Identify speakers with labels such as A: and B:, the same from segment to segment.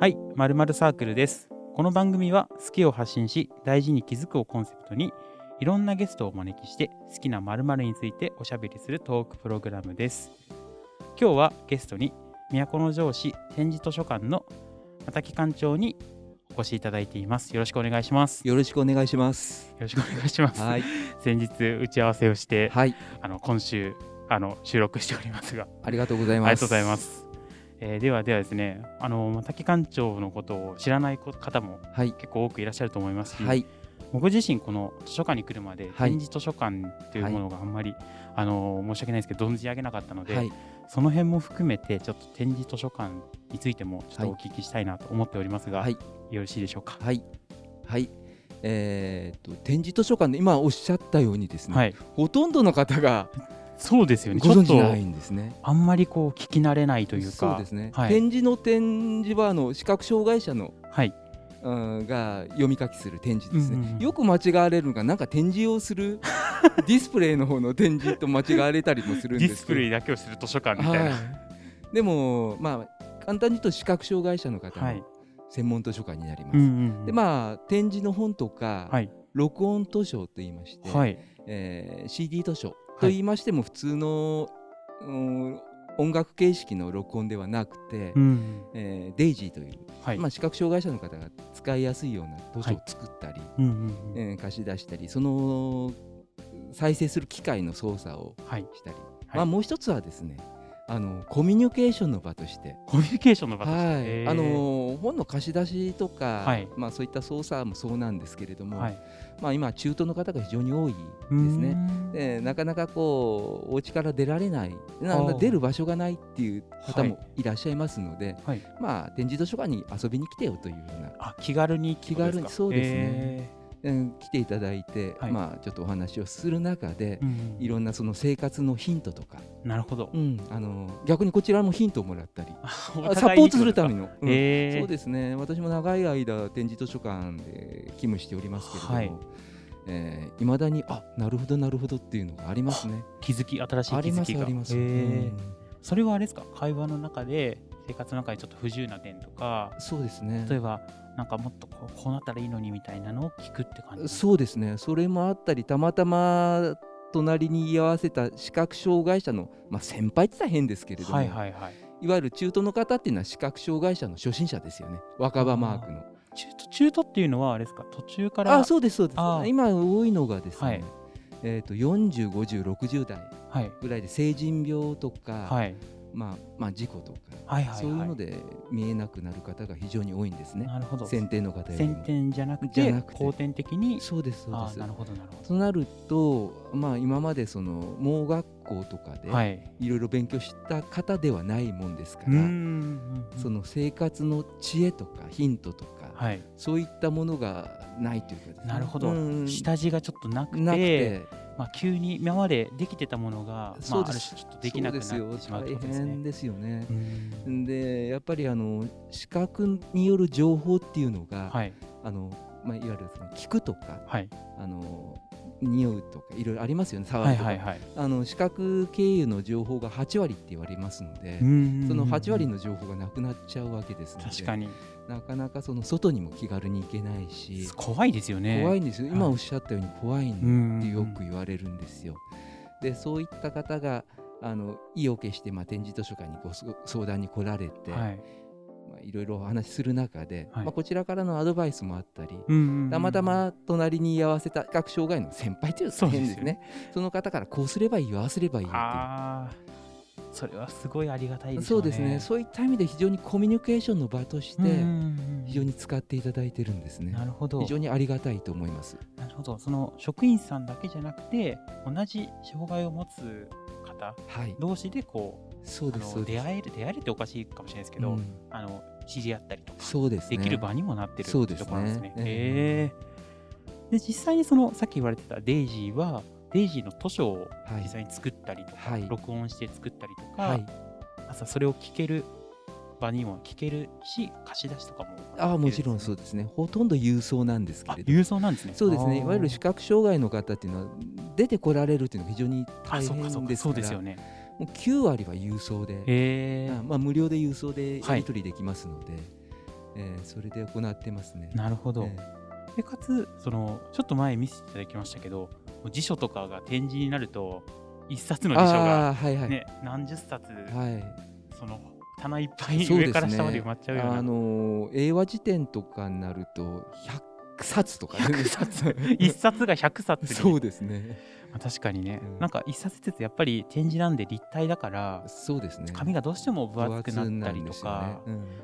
A: はい、まるまるサークルです。この番組は好きを発信し、大事に気づくをコンセプトに、いろんなゲストをお招きして、好きなまるまるについておしゃべりするトークプログラムです。今日はゲストに都城市展示図書館の畑館長にお越しいただいています。よろしくお願いします。よ
B: よろしくお願いします。
A: ろしくお願いします。
B: はい、
A: 先日打ち合わせをして、
B: はい、
A: あの今週あの収録しておりますが、
B: ありがとうござい
A: あ
B: ます。
A: りがとうございま。す。えーではではですね、あの滝館長のことを知らない方も
B: はい、
A: 結構多くいらっしゃると思いますし、
B: はい、
A: 僕自身この図書館に来るまで
B: はい
A: 展示図書館というものがあんまり、あの申し訳ないですけど存じ上げなかったので、
B: はい、
A: その辺も含めてちょっと展示図書館についてもちょっとお聞きしたいなと思っておりますが、
B: はい
A: よろしいでしょうか。
B: はい、はい。えーっと展示図書館で今おっしゃったようにですね、
A: はい、
B: ほとんどの方が
A: そうですよね。ち
B: ご
A: ょっ
B: 存知な
A: と
B: いんですね。
A: あんまりこう聞き慣れないというか、
B: そうですね、
A: はい
B: 展示の展示はあの視覚障害者の、
A: はい、
B: うん、が読み書きする展示ですね、
A: うんうんうん
B: よく間違われるのがなんか展示を するディスプレイの方の展示と間違われたりもする
A: デ
B: んで
A: ィ
B: す
A: スプ
B: けど
A: レイだけをする図書館みたいな、は
B: はいい、でもまあ簡単に言うと視覚障害者の方の専門図書館になりま
A: う
B: す、
A: んうんうん
B: でまあ展示の本とか、
A: はい
B: 録音図書と言いまして、
A: はい、
B: えー CD 図書と言いましても普通の、うん音楽形式の録音ではなくて、
A: うん、
B: えーデイジーという、
A: はい、
B: まあ、視覚障害者の方が使いやすいような図書を作ったり、
A: うんうんうん
B: えー貸し出したりその再生する機械の操作を
A: はい、
B: したり、
A: はい
B: まあ、もう一つはですねあのコミュニケーションの場として
A: コミュニケーションの場として、
B: はい、
A: へー
B: あのー本の貸し出しとか、
A: はい
B: まあ、そういった操作もそうなんですけれども、
A: はい、
B: まあ、今中東の方が非常に多いで
A: う
B: す
A: ー
B: ね。
A: ん
B: でなかなかこうお家から出られないな
A: あー
B: 出る場所がないっていう方
A: は
B: もいらっしゃいますので、
A: はい、
B: まあ、展示図書館に遊びに来てよというような、
A: あ、気軽にってこと
B: 気軽にそうですね
A: へ
B: うん来ていただいて、
A: はい
B: まあ、ちょっとお話をする中で
A: ー、うん
B: いろんなその生活のヒントとか、
A: なるほど
B: う。んあのー逆にこちらもヒントをもらったり
A: お
B: サ
A: 互
B: ポ
A: いに
B: ートするための。うん
A: へー
B: そうですね私も長い間展示図書館で勤務しておりますけれども、
A: はいい
B: えー未だにあなるほどなるほどっていうのがありますね。
A: 気づき、新しい気
B: ありま
A: づき
B: す
A: が。
B: あります。
A: へ
B: う
A: ー
B: ん
A: それはあれですか、会話の中で、生活の中でちょっと不自由な点とか、
B: そうですね
A: 例えば、なんかもっとこうこうなったらいいのにみたいなのを聞くって感じ。
B: そうですねそれもあったりたまたま隣に居合わせた視覚障害者の、まあ、先輩って言ったら変ですけれども、
A: はいはいはい。
B: いわゆる中途の方っていうのは視覚障害者の初心者ですよね若葉マークの。
A: 中途中途っていうのはあれですか、途中から。
B: あそうですそうです
A: あー
B: 今多いのがですね、
A: はい
B: えー、と405060代
A: はい
B: ぐらいで成人病とか、
A: はい
B: まあ、まあ事故とか、
A: はいはい。
B: そういうので見えなくなる方が非常に多いんですね
A: なるほど。
B: 先天の方より
A: 先
B: も
A: 天じゃなく
B: じ
A: て
B: ゃなくて
A: 後天的に
B: そうですそう
A: あ
B: で
A: ー
B: す
A: なるほどなるほ
B: となると、まあ、今までその盲学校とか
A: どは
B: で
A: い
B: いろいろ勉強した方ではないもんですか
A: う
B: ら、
A: ーん
B: その生活の知恵とかヒントとか、
A: はい
B: そういったものがないというかですね、
A: なるほど
B: うん
A: 下地がちょっとなくて
B: なくて
A: まあ急に今までできてたものがま
B: そ
A: あ
B: う
A: あ
B: で
A: る
B: す
A: 種ちょっとできなくなって
B: そうです
A: しま
B: よ
A: うって
B: 大
A: ことですね
B: 変ですよね
A: う。ーん
B: でやっぱりあの視覚による情報っていうのが、
A: はい
B: あのまあ、いわゆるその聞くとか
A: はい
B: あの匂うとかいろいろありますよね触
A: は
B: る
A: い
B: とか、
A: はいはい
B: あの視覚経由の情報が8割って言われますので
A: うー、ん
B: その8割の情報がなくなっちゃうわけですので
A: 確かに
B: なかなかその外にも気軽に行けないし、
A: 怖いですよね
B: 怖い
A: い
B: んですよ
A: は
B: 今
A: い
B: おっしゃったように怖いんでってよく言われるんですよ。でそういった方があの意を決して、まあ、展示図書館にご相相談に来られて、
A: はいい
B: まあ、いろいろお話しする中で、
A: はい
B: まあ、こちらからのアドバイスもあったり、
A: うんうんうん
B: たまたま隣に居合わせた視覚障害の先輩という
A: そう
B: 変
A: ですよね
B: ですねその方からこうすればいいよああすればいいよっ
A: あーそれはすごいありがた
B: て
A: い
B: いう
A: です
B: そうですねそういった意味で非常にコミュニケーションの場として非常
A: に
B: に使っていただいてるんですね
A: なるほど
B: 非常にありがたいと思います
A: なるほどその職員さんだけじゃなくて同じ障害を持つ方
B: はい
A: 同士でこう
B: そう
A: あ
B: ですそ
A: の
B: うで
A: 出
B: す
A: 会える出会えるっておかしいかもしれないですけど、
B: うん
A: あの知り合ったりとか
B: そうですね
A: できる場にもなってる
B: そう
A: って
B: ですね
A: ところなんですね。
B: え
A: へえで実際にそのさっき言われてたデイジーはデイジーの図書を
B: はい
A: 実際に作ったりとか、
B: はい
A: 録音して作ったりとか、
B: はい
A: 朝それを聞ける場にも聞けるし貸し出しとかも
B: ああもちろんそううですねほとんど郵送なんですけ
A: あ
B: れども
A: 郵送なんですね。
B: そうです
A: あ
B: ね
A: ー
B: いわゆる視覚障害の方っていうのは出てこられるっていうのが非常に
A: あ
B: 大
A: そうかそう
B: 変で
A: か
B: す
A: そ
B: か
A: うです
B: ら
A: よ
B: も
A: ね。
B: う9割は郵送で
A: へえ
B: あまあ無料で郵送で
A: は
B: や
A: い
B: り取りできますので、えーそれで行ってますね。
A: なるほど、
B: え
A: でかつそのちょっと前見せていただきましたけどもう辞書とかが展示になると一冊
B: ー
A: の辞書が、
B: ああはいはい、
A: ね何十冊、
B: はい。
A: その棚いっぱい
B: そう
A: 上
B: ですね
A: から下まで埋まっちゃうような
B: あのー英和辞典とかになると100冊とか、ね、
A: 100冊 一冊が100冊に
B: そうですね。
A: まあ確かにね、
B: うん
A: なんか一冊ずつやっぱり展示なんで立体だから
B: そうですね。
A: 紙がどうしても分厚く
B: 分
A: なった
B: 厚
A: り
B: んで
A: と
B: すよね
A: か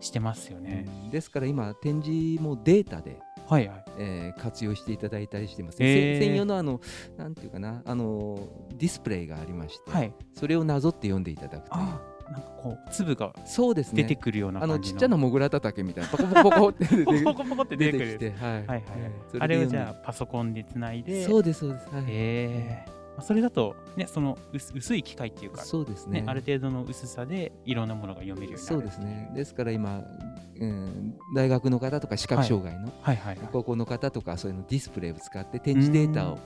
A: してますよ
B: うん
A: ね。
B: うんですから今展示もデータで、
A: はいはい。
B: えー活用していただいたりしてます、
A: へー
B: せ専用のあのなんていうかなあのディスプレイがありまして、
A: はい。
B: それをなぞって読んでいただくという
A: ああ、なんかこう粒が
B: そうですね
A: 出てくるような
B: あ
A: 感じの。
B: のちっちゃなモグラたたけみたいなポコポコポコって出て
A: ポコポコポコって出
B: 出
A: てく
B: てき
A: る。
B: てはい
A: はいはいはい。
B: えーそ
A: あ
B: で
A: れを
B: 読ん
A: じ
B: で
A: ゃあパソコンでつないで。
B: そうですそうですはい、
A: ええまあそれだとねその薄薄い機械っていうか
B: そうです
A: ね
B: ね
A: ある程度の薄さでいろんなものが読めるようになる。
B: そうですね。ですから今、うん、大学の方とか視覚障害の、
A: はいはいはい。
B: 高校の方とかそういうのディスプレイを使って展示データを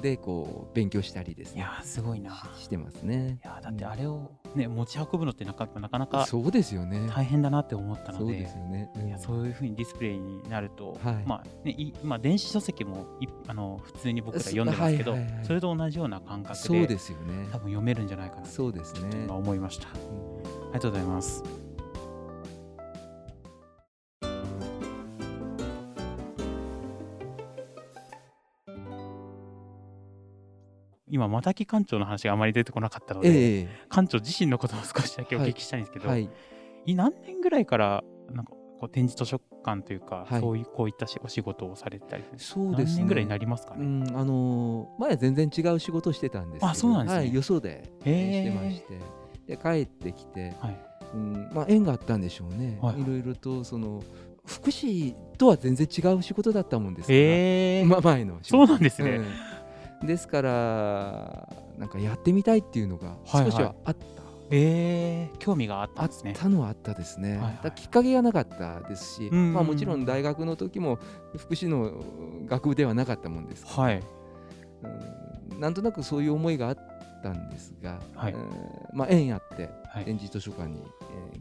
B: でこう勉強したりです
A: い
B: ね
A: やーすごいな。
B: ししてますね
A: い。やーだってあれをね持ち運ぶのってなかなかなか
B: そうですよね。
A: 大変だなって思ったの
B: そう
A: で。
B: ですよね。
A: いやそういうふうにディスプレイになると、
B: はい
A: まあね、いまあ電子書籍もいあの普通に僕ら
B: そ
A: 読んでますけど、
B: はいはいはい
A: それと同じような感覚
B: そう
A: で
B: ですよね。
A: 多分読めるんじゃないかなと
B: そうですね
A: 今。思いました、
B: ん
A: ありがとうございます今マタキ館長の話があまり出てこなかったので、
B: ええ
A: 館長自身のことを少しだけお聞きしたいんですけど、
B: はい。
A: い何年ぐらいからなんかこう展示図書館というか、
B: はい
A: そういうこういったしお仕事をされてたりするんですか
B: そうですね
A: 何年ぐらいになりますか
B: う
A: ね、
B: ん、あのー前は全然違う仕事をしてたんですけど
A: あそうなんですね
B: はい、よそでし
A: へ
B: て
A: ー
B: まして、で帰ってきて、
A: はい
B: うんまあ、縁があったんでしょうね、
A: はい
B: い
A: はい
B: ろいろとその福祉とは全然違う仕事だったもんですから、
A: ええ
B: ま、前の仕
A: そうなんですね
B: うんですからなんかやってみたいっていうのが
A: はいはい
B: 少しはあった、
A: ええ興味があったんです
B: あ
A: ね
B: ったのはあったですね、
A: はいはい
B: だからきっかけがなかったです
A: うん
B: し、
A: うんうん
B: まあ、もちろん大学の時も福祉の学部ではなかったもんですから
A: はい
B: うんなんとなくそういう思いがあったんですが、
A: はい
B: うんまあ、縁あって
A: はい
B: 展示図書館に、えー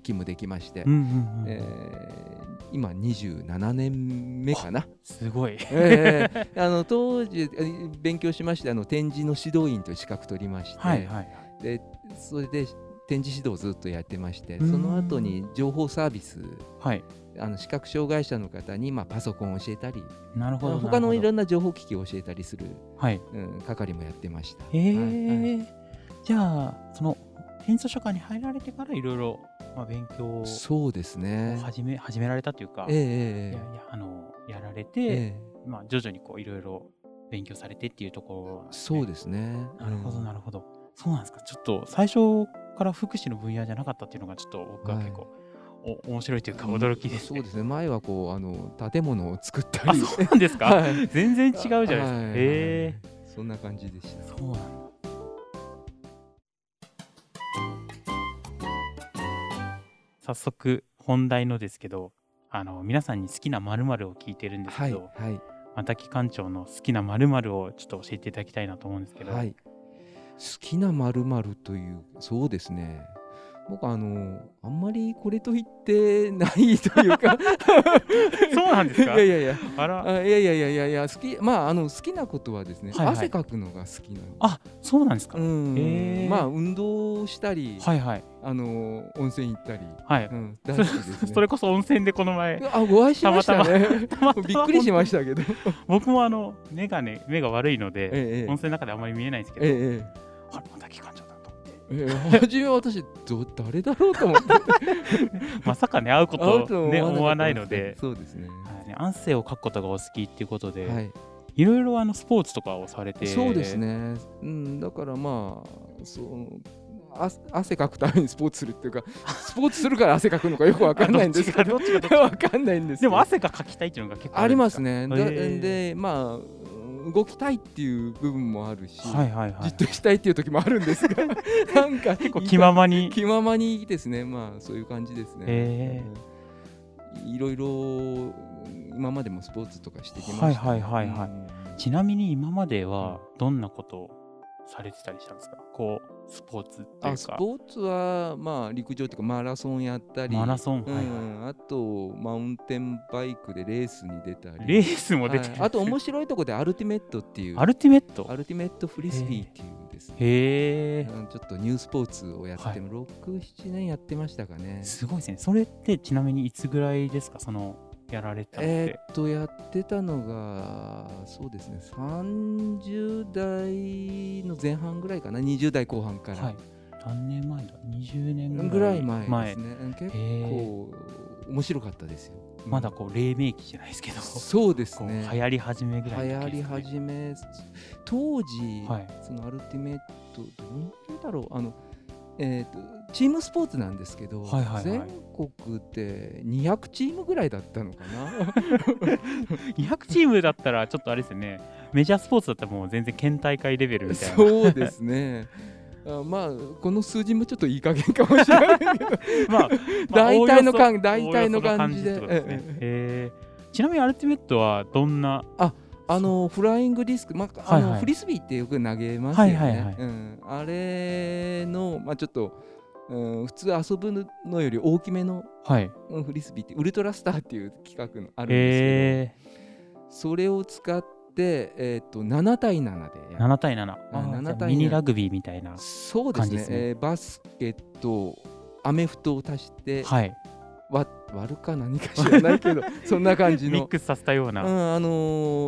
B: 勤務できまして、
A: うんうんうん
B: えー今27年目かな、
A: すごい
B: えーあの当時えー勉強しましてあの展示の指導員という資格取りまして、
A: はいはい
B: でそれで展示指導をずっとやってまして
A: うん
B: その後に情報サービス
A: はい
B: あの視覚障害者の方に、まあ、パソコンを教えたり
A: なるほど
B: 他のい
A: なる
B: ろんな情報機器を教えたりする、
A: ほどはい
B: うん、係もやってました。
A: ええ
B: はいはい
A: じゃあその展示図書館に入られてからいろいろまあ勉強を
B: そうですね。
A: 始め始められたというか、
B: ええ
A: い
B: え
A: や
B: え
A: いやあのやられ
B: え
A: て、
B: え
A: まあ徐々にこういろいろ勉強されてっていうところなんですね
B: そうですね。
A: なるほど、
B: うん
A: なるほど。そうなんですか。ちょっと最初から福祉の分野じゃなかったっていうのが、ちょっと僕は
B: はい
A: 結構、お面白いというか、驚きです、
B: そ
A: ね
B: うですね。前はこうあの建物を作った
A: あ、
B: り、
A: そうなんですか。
B: はい
A: 全然違うじゃないですか。
B: はい
A: え
B: そんな感じでし
A: え
B: た。
A: そうなんだ。早速本題のですけど、あの皆さんに好きなまるまるを聞いてるんです
B: は
A: け
B: い
A: ど、
B: はい
A: また機関長の好きなまるまるをちょっと教えていただきたいなと思うんですけど、
B: はい。好きなまるまるというそうですね。僕あのあんまりこれと言ってないというか。
A: そうなんですか
B: いやいやいや。
A: あら、
B: あいやいやいやいやいや好きまああの好きなことはですね、
A: はいはい
B: 汗かくのが好きなの。
A: あ、そうなんですか。
B: うん、
A: へえ
B: まあ運動したり、
A: はいはい
B: あの温泉行ったり、
A: はい。
B: うん、大好きですね。
A: それこそ温泉でこの 前
B: あご愛しました ね。
A: たまたま
B: びっくりしましたけど。
A: 僕もあの眼鏡目が悪いので、
B: ええ
A: 温泉の中であまり見えないんですけど、
B: え
A: あれまた機関長だと思って
B: えええ初めは私ど誰だろうと思って
A: まさかね会うこ
B: 会う
A: と、ね、思わないので。
B: そうですね。
A: はいね、安静を書くことがお好きっていうことで、、
B: はいい、
A: ろいろあのスポーツとかをされて
B: そうですね。うんだからまあそうあ汗かくためにスポーツするっていうかスポーツするから汗かくのかよくわかんないんです け
A: あど
B: ど
A: っちが どっち
B: わかんないんですけ
A: で
B: ど
A: も汗がかきたいっていうのが結構
B: あります
A: ね
B: ね。だ
A: へえ
B: でまあ動きたいっていう部分もあるし、
A: はいはいは
B: じ
A: い
B: っとしたいっていう時もあるんです がなんか結
A: 結構気まま に
B: 気ままにですねまあそういう感じですね、
A: へ
B: いろいろ今までもスポーツとかしてきましたね、
A: はいはいはいはい
B: うん
A: ちなみに今まではどんなことをされてたりしたんですかこうスポーツとい
B: あ
A: う
B: ス
A: か
B: ポーツはまあ陸上っていうかマラソンやったり
A: マラソン、
B: う
A: はい
B: ん、あとマウンテンバイクでレースに出たり
A: レースも出てる、
B: はいあと面白いとこでアルティメットっていう
A: アルティメット
B: アルティメットフリスビーっていうですね
A: へえ
B: うんちょっとニュースポーツをやって、
A: はい
B: 67年やってましたかね
A: すごいですねそれってちなみにいつぐらいですかそのやられたのって、
B: えーっとやってたのがそうですね30代の前半ぐらいかな20代後半から、
A: はい何年前だ20年
B: ぐ
A: ぐら
B: ら
A: い
B: い前
A: 前
B: ですねうん結
A: へー
B: 構面白かったですよ、うん
A: まだこう黎明期じゃないですけど、
B: そうです
A: こう
B: ね
A: 流行り始めぐらい
B: 流
A: の
B: 行
A: 時で
B: り
A: すかね、
B: 始め当時、
A: はい
B: そのアルティメットどんぐらいだろうあの、えー、とチームスポーツなんですけど、
A: はいはいはい
B: 全国で200チームぐらいだったの かな
A: 200チームだったらちょっとあれですよねメジャースポーツだったらもう全然県大会レベルみたいな
B: そうですねあまあこの数字もちょっといい加減かもしれないけど
A: まあ、まあ
B: 大体の
A: おお
B: 感
A: よそ
B: 大体の感じで
A: おおよその感ってことですねへーちなみにアルティメットはどんな
B: あのフライングディスク、まああの
A: はいはい
B: フリスビーってよく投げますよね、
A: はいはいはい
B: うん、あれの、まあ、ちょっと、うん、普通遊ぶのより大きめの
A: はい
B: うんフリスビーってウルトラスターっていう企画のあるんです
A: え
B: けど、それを使って、えー、と7対7で
A: ー、
B: やる
A: 7対7あー
B: 7
A: じゃあ
B: 対7
A: ミニラグビーみたいな
B: そうで
A: 感
B: す
A: じ
B: ね
A: ですね
B: えーバスケットアメフトを足して、
A: はい
B: わ割るか何か知らないけ どそんな感じ
A: ミッ
B: の。
A: クスさせたような、
B: うんあの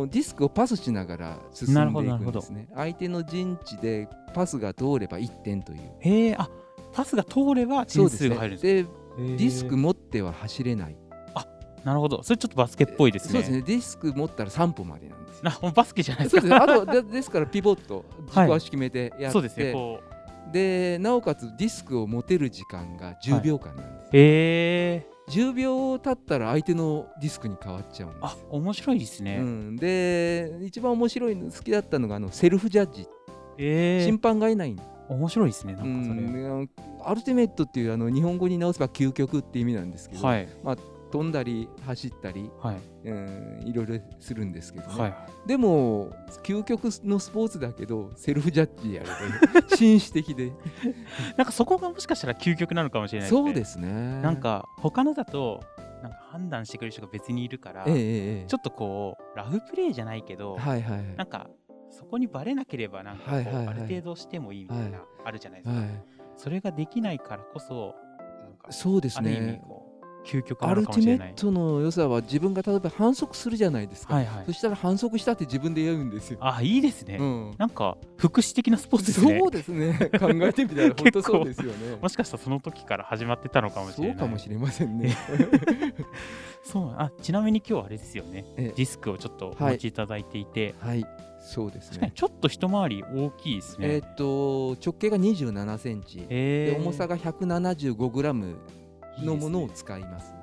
B: ーディスクをパスしながら進
A: なる
B: ん
A: ほ
B: で
A: どな
B: い
A: る
B: く
A: ほ
B: ん
A: ど
B: ですね。相手の陣地でパスが通れば1点という。
A: へえあパスが通れば
B: そ
A: 点
B: うです
A: 数
B: ね
A: が入るんですね
B: でデ
A: へー
B: ィスク持っては走れない。
A: なるほどそれちょっとバスケっぽいですね
B: そうですね。ディスク持ったら3歩までなんですよ。
A: なもうバスケじゃないです
B: そう
A: か
B: ですねあとでですからピボット軸足決めてやって、
A: そうですねこう
B: でなおかつディスクを持てる時間が10秒間なんです、
A: へえ
B: 10秒経ったら相手のディスクに変わっちゃうんで
A: あ
B: すよ
A: 面白いですね、
B: うん、で一番面白いの好きだったのがあのセルフジャッジ、
A: え
B: 審判がいないんで
A: 面白いですねな
B: うん
A: かそれ、
B: んあのアルティメットっていうあの日本語に直せば究極って意味なんですけど、
A: はい
B: 飛んだり走ったり、
A: はい
B: うん、いろいろするんですけど、ね
A: はい
B: でも究極のスポーツだけどセルフジャッジやるという 紳士 的で
A: なんかそこがもしかしたら究極なのかもしれないですね
B: そうですね。
A: なん、か他のだとなんか判断してくれる人が別にいるから、
B: ええええええ
A: ちょっとこうラフプレーじゃないけど、
B: はいはいはい。
A: なんかそこにバレなければなんかこう、
B: はいはいはい
A: ある程度してもいいみたいな、あるじゃないですか、
B: はい、
A: それができないからこそなんか
B: そうです
A: ある意味
B: ね。
A: こう究極
B: ア
A: なの
B: ル
A: か
B: テ
A: も
B: ィ
A: し
B: メ
A: れな
B: ッ
A: い
B: トの良さは自分が例えば反則するじゃないですか、
A: はいはい
B: そしたら反則したって自分で言うんですよ。
A: あいいですね、
B: うん、
A: なんか福祉的なスポーツですね
B: そうですね考えてみたら本当そ うですよね。
A: もしかしたらその時から始まってたのかもしれない
B: そうかもしれませ んね。
A: そうあちなみに今日はあれですよね
B: え
A: ディスクをちょっとお持ちいただいていて、
B: はいそうです
A: 確かに
B: ね。
A: ちょっと一回り大きいです
B: え
A: ね
B: ーっと直径が27センチ、
A: え
B: で重さ
A: が
B: が175グラムのものを使います。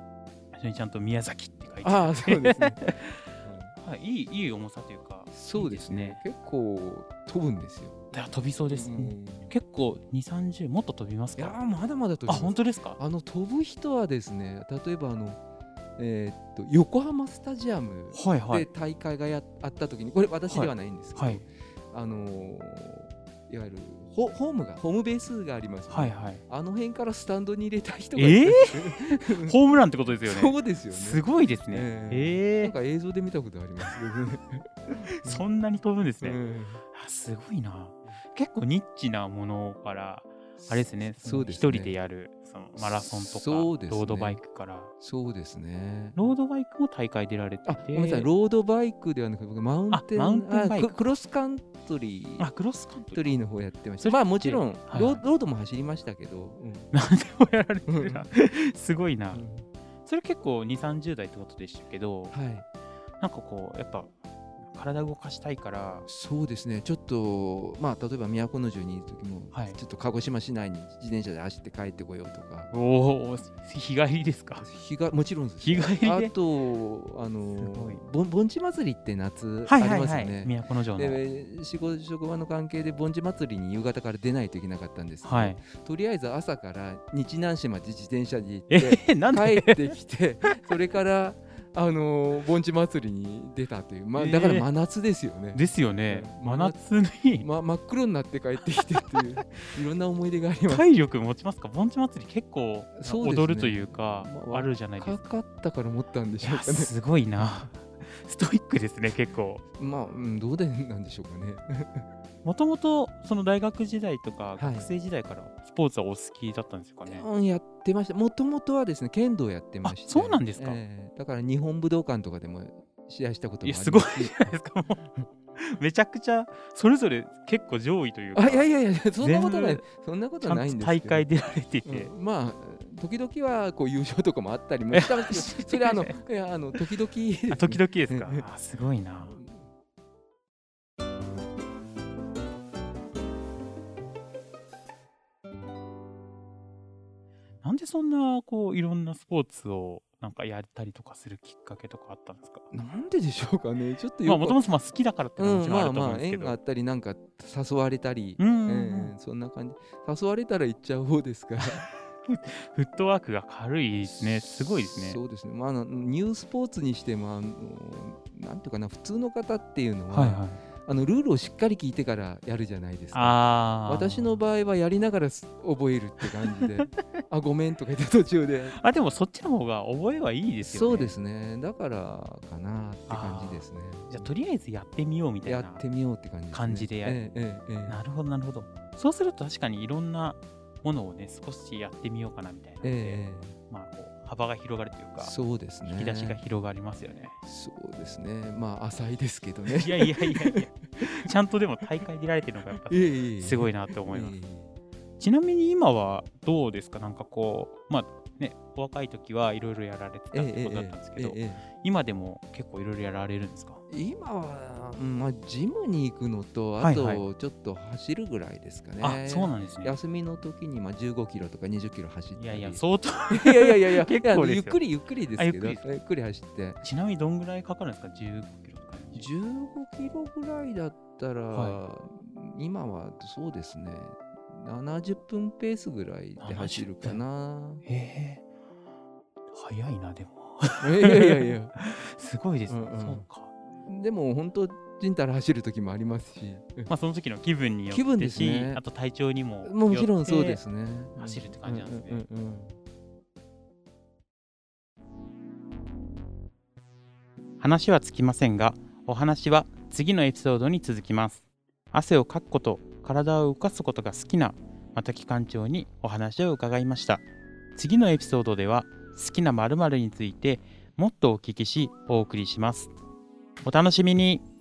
A: 最初にちゃんと宮崎って書いてあ
B: ああそ うですね。
A: はいいいいい重さというか
B: そうですね。結構飛ぶんです
A: い
B: よ。
A: いですねだから飛びそうです、
B: うん
A: 結構2 3 0もっと飛びます
B: いやー
A: か
B: まだまだ飛び
A: あ
B: ます
A: 本当ですか
B: あの飛ぶ人はですね例えばあの、えーっと横浜スタジアム
A: はいは
B: で
A: い
B: 大会がやあった時にこれ私
A: はい
B: ではないんですけど、
A: はい
B: あのーいわゆるホホームがホームベースがありますよね、
A: はいはい
B: あの辺からスタンドに入れた人が
A: え
B: い
A: ー、ホームランってことです
B: た
A: よね
B: そうですよね
A: すごいですね
B: え
A: えー
B: なんか映像で見たことありますけどね
A: そんなに飛ぶんですね、
B: うん
A: あすごいな結構ニッチなものからあれですねその
B: そうです
A: 一
B: ね
A: 人でやるそのマラソンとか、
B: そうですね
A: ロードバイクから
B: そうですね
A: ロードバイクも大会出られてて
B: あごめんなさいロードバイクではなく僕マウンテン
A: あマウンテンバイク
B: あククロスカントリー
A: あクロスカン
B: ス
A: トリー
B: トリーの方やってまし
A: それ
B: た。
A: って
B: まあもちろん
A: はい
B: ローロードも走りましたけど、
A: 何でもやられてるなすごいな、
B: うん
A: それ結構2 3 0代ってことでしたけど
B: はい、
A: なんかこうやっぱ体動かしたいから
B: そうですね。ちょっとまあ例えば都の城にいる時も、
A: はい
B: ちょっと鹿児島市内に自転車で走って帰ってこようとか、
A: おお日帰りですか
B: 日がもちろんです
A: 日
B: よ。
A: 帰りで
B: あ
A: はい
B: とあ
A: すごい
B: の盆盆地祭りって夏あ
A: は
B: り
A: い
B: ま
A: は
B: す
A: い、
B: よね。
A: 都城の
B: で仕事職場の関係で盆地祭りに夕方から出ないといけなかったんですけど、
A: はい
B: とりあえず朝から日南市まで自転車で行っ
A: え
B: て
A: なんで
B: 帰ってきてそれからあのー盆地祭りに出たという、まあ、だから
A: えー
B: 真夏ですよね、
A: ですよね、
B: うん
A: 真夏に、
B: ま、真っ黒になって帰ってきてって いういろんな思い出がありま す
A: 体力持ちますか盆地祭り結構
B: そうですね
A: 踊るというか
B: まあ
A: あるじゃないです
B: か
A: か
B: かったから持ったんで
A: い
B: しょう
A: や
B: かね
A: すごいな ストイックですね結構
B: まあ、うん、どうでなんでしょうかね
A: もともとその大学時代とか
B: はい
A: 学生時代からスポーツはお好きだったんですかね、
B: うんやってましたもともとはですね剣道やってまして
A: あそうなんですか
B: ええだから日本武道館とかでも試合したこと
A: い
B: もあ
A: や
B: ります
A: ごいじゃない ですかもうめちゃくちゃそれぞれ結構上位というか
B: あいやいやいやそんなことない
A: 全部
B: そんなこ
A: ち
B: と
A: ゃ
B: ない
A: ん
B: ん
A: と
B: ですけ
A: 大
B: ど
A: 会出られてて、
B: うんまあ時々はこう優勝とかもあったりもしたんですけどそれあのいやあの時々ですね、
A: あ時々ですか
B: うん
A: あすごいななんでそんなこういろんなスポーツをなんかやったりとかするきっかけとかあったんですか
B: なんででしょうかねちょっと
A: ま
B: よ
A: あ
B: く
A: もともとまあ好きだからっていうのはも
B: う
A: ち
B: ん、
A: ろんあ
B: まあ
A: ると思うん
B: まあ
A: ですけ
B: 縁
A: ど、
B: があったりなんか誘われたり、
A: うんうん
B: え
A: うん
B: えそんな感じ誘われたら行っちゃう方ですから
A: フットワークが軽いですねすごいですね
B: そうですね、まあ、あのニュースポーツにしてもあのなんていうかな普通の方っていうのは、
A: はいはい
B: あのルールをしっかり聞いてからやるじゃないですか。
A: あー
B: 私の場合はやりながらす覚えるって感 じであごめんとか言って途中で
A: あでもそっちの方が覚えはいいですよね
B: そうですねだからかなって感じですね
A: じゃあとりあえずやってみようみたいな
B: やってみようって感じです、ね、
A: 感じでやる
B: ええええええ
A: なるほどなるほどそうすると確かにいろんなものをね少しやってみようかなみたいなので、
B: え
A: まあこう幅が広がるという
B: え
A: か
B: そうですね
A: 引き出しが広がりますよね
B: そうですねまあ浅いですけどね
A: いやいやいやいやちゃんとでも大会出られてるのがやっぱ
B: ええええ
A: すごいなって思います
B: ええええ
A: ちなみに今はどうですかなんかこうまあねお若い時はいろいろやられてたってことだったんですけど、
B: ええええええ
A: 今でも結構いろいろやられるんですか
B: 今は、うんまあ、ジムに行くのと
A: は
B: あ
A: いはい
B: とちょっと走るぐらいですかね、
A: あそうなんですね
B: 休みの時にまあ15キロとか20キロ走ったり
A: いやい や相当
B: いやいやいやいや
A: 結構ですよ
B: いやゆっくりゆっくりですけど
A: あ
B: ゆ
A: ゆ
B: っ
A: っ
B: く
A: く
B: り走って
A: ちなみにどんぐらいかかるんですか15キロとか
B: 15キロぐらいだったら、
A: は
B: 今はそうですね70分ペースぐらいで走るかな
A: へえ早いなでも
B: いやいやいや
A: すごいですね、
B: うんうん
A: そうか
B: でも本当ちんたら走る時もありますし
A: まあその時の気分によって
B: 気分ですね
A: しあと体調にも
B: もちろんそう
A: よって
B: ですね
A: 走るって感じなんですね
B: うんうんうんうん
A: 話はつきませんがお話は次のエピソードに続きます汗をかくこと体を動かすことが好きなまた機関長にお話を伺いました次のエピソードでは好きな〇〇についてもっとお聞きしお送りしますお楽しみに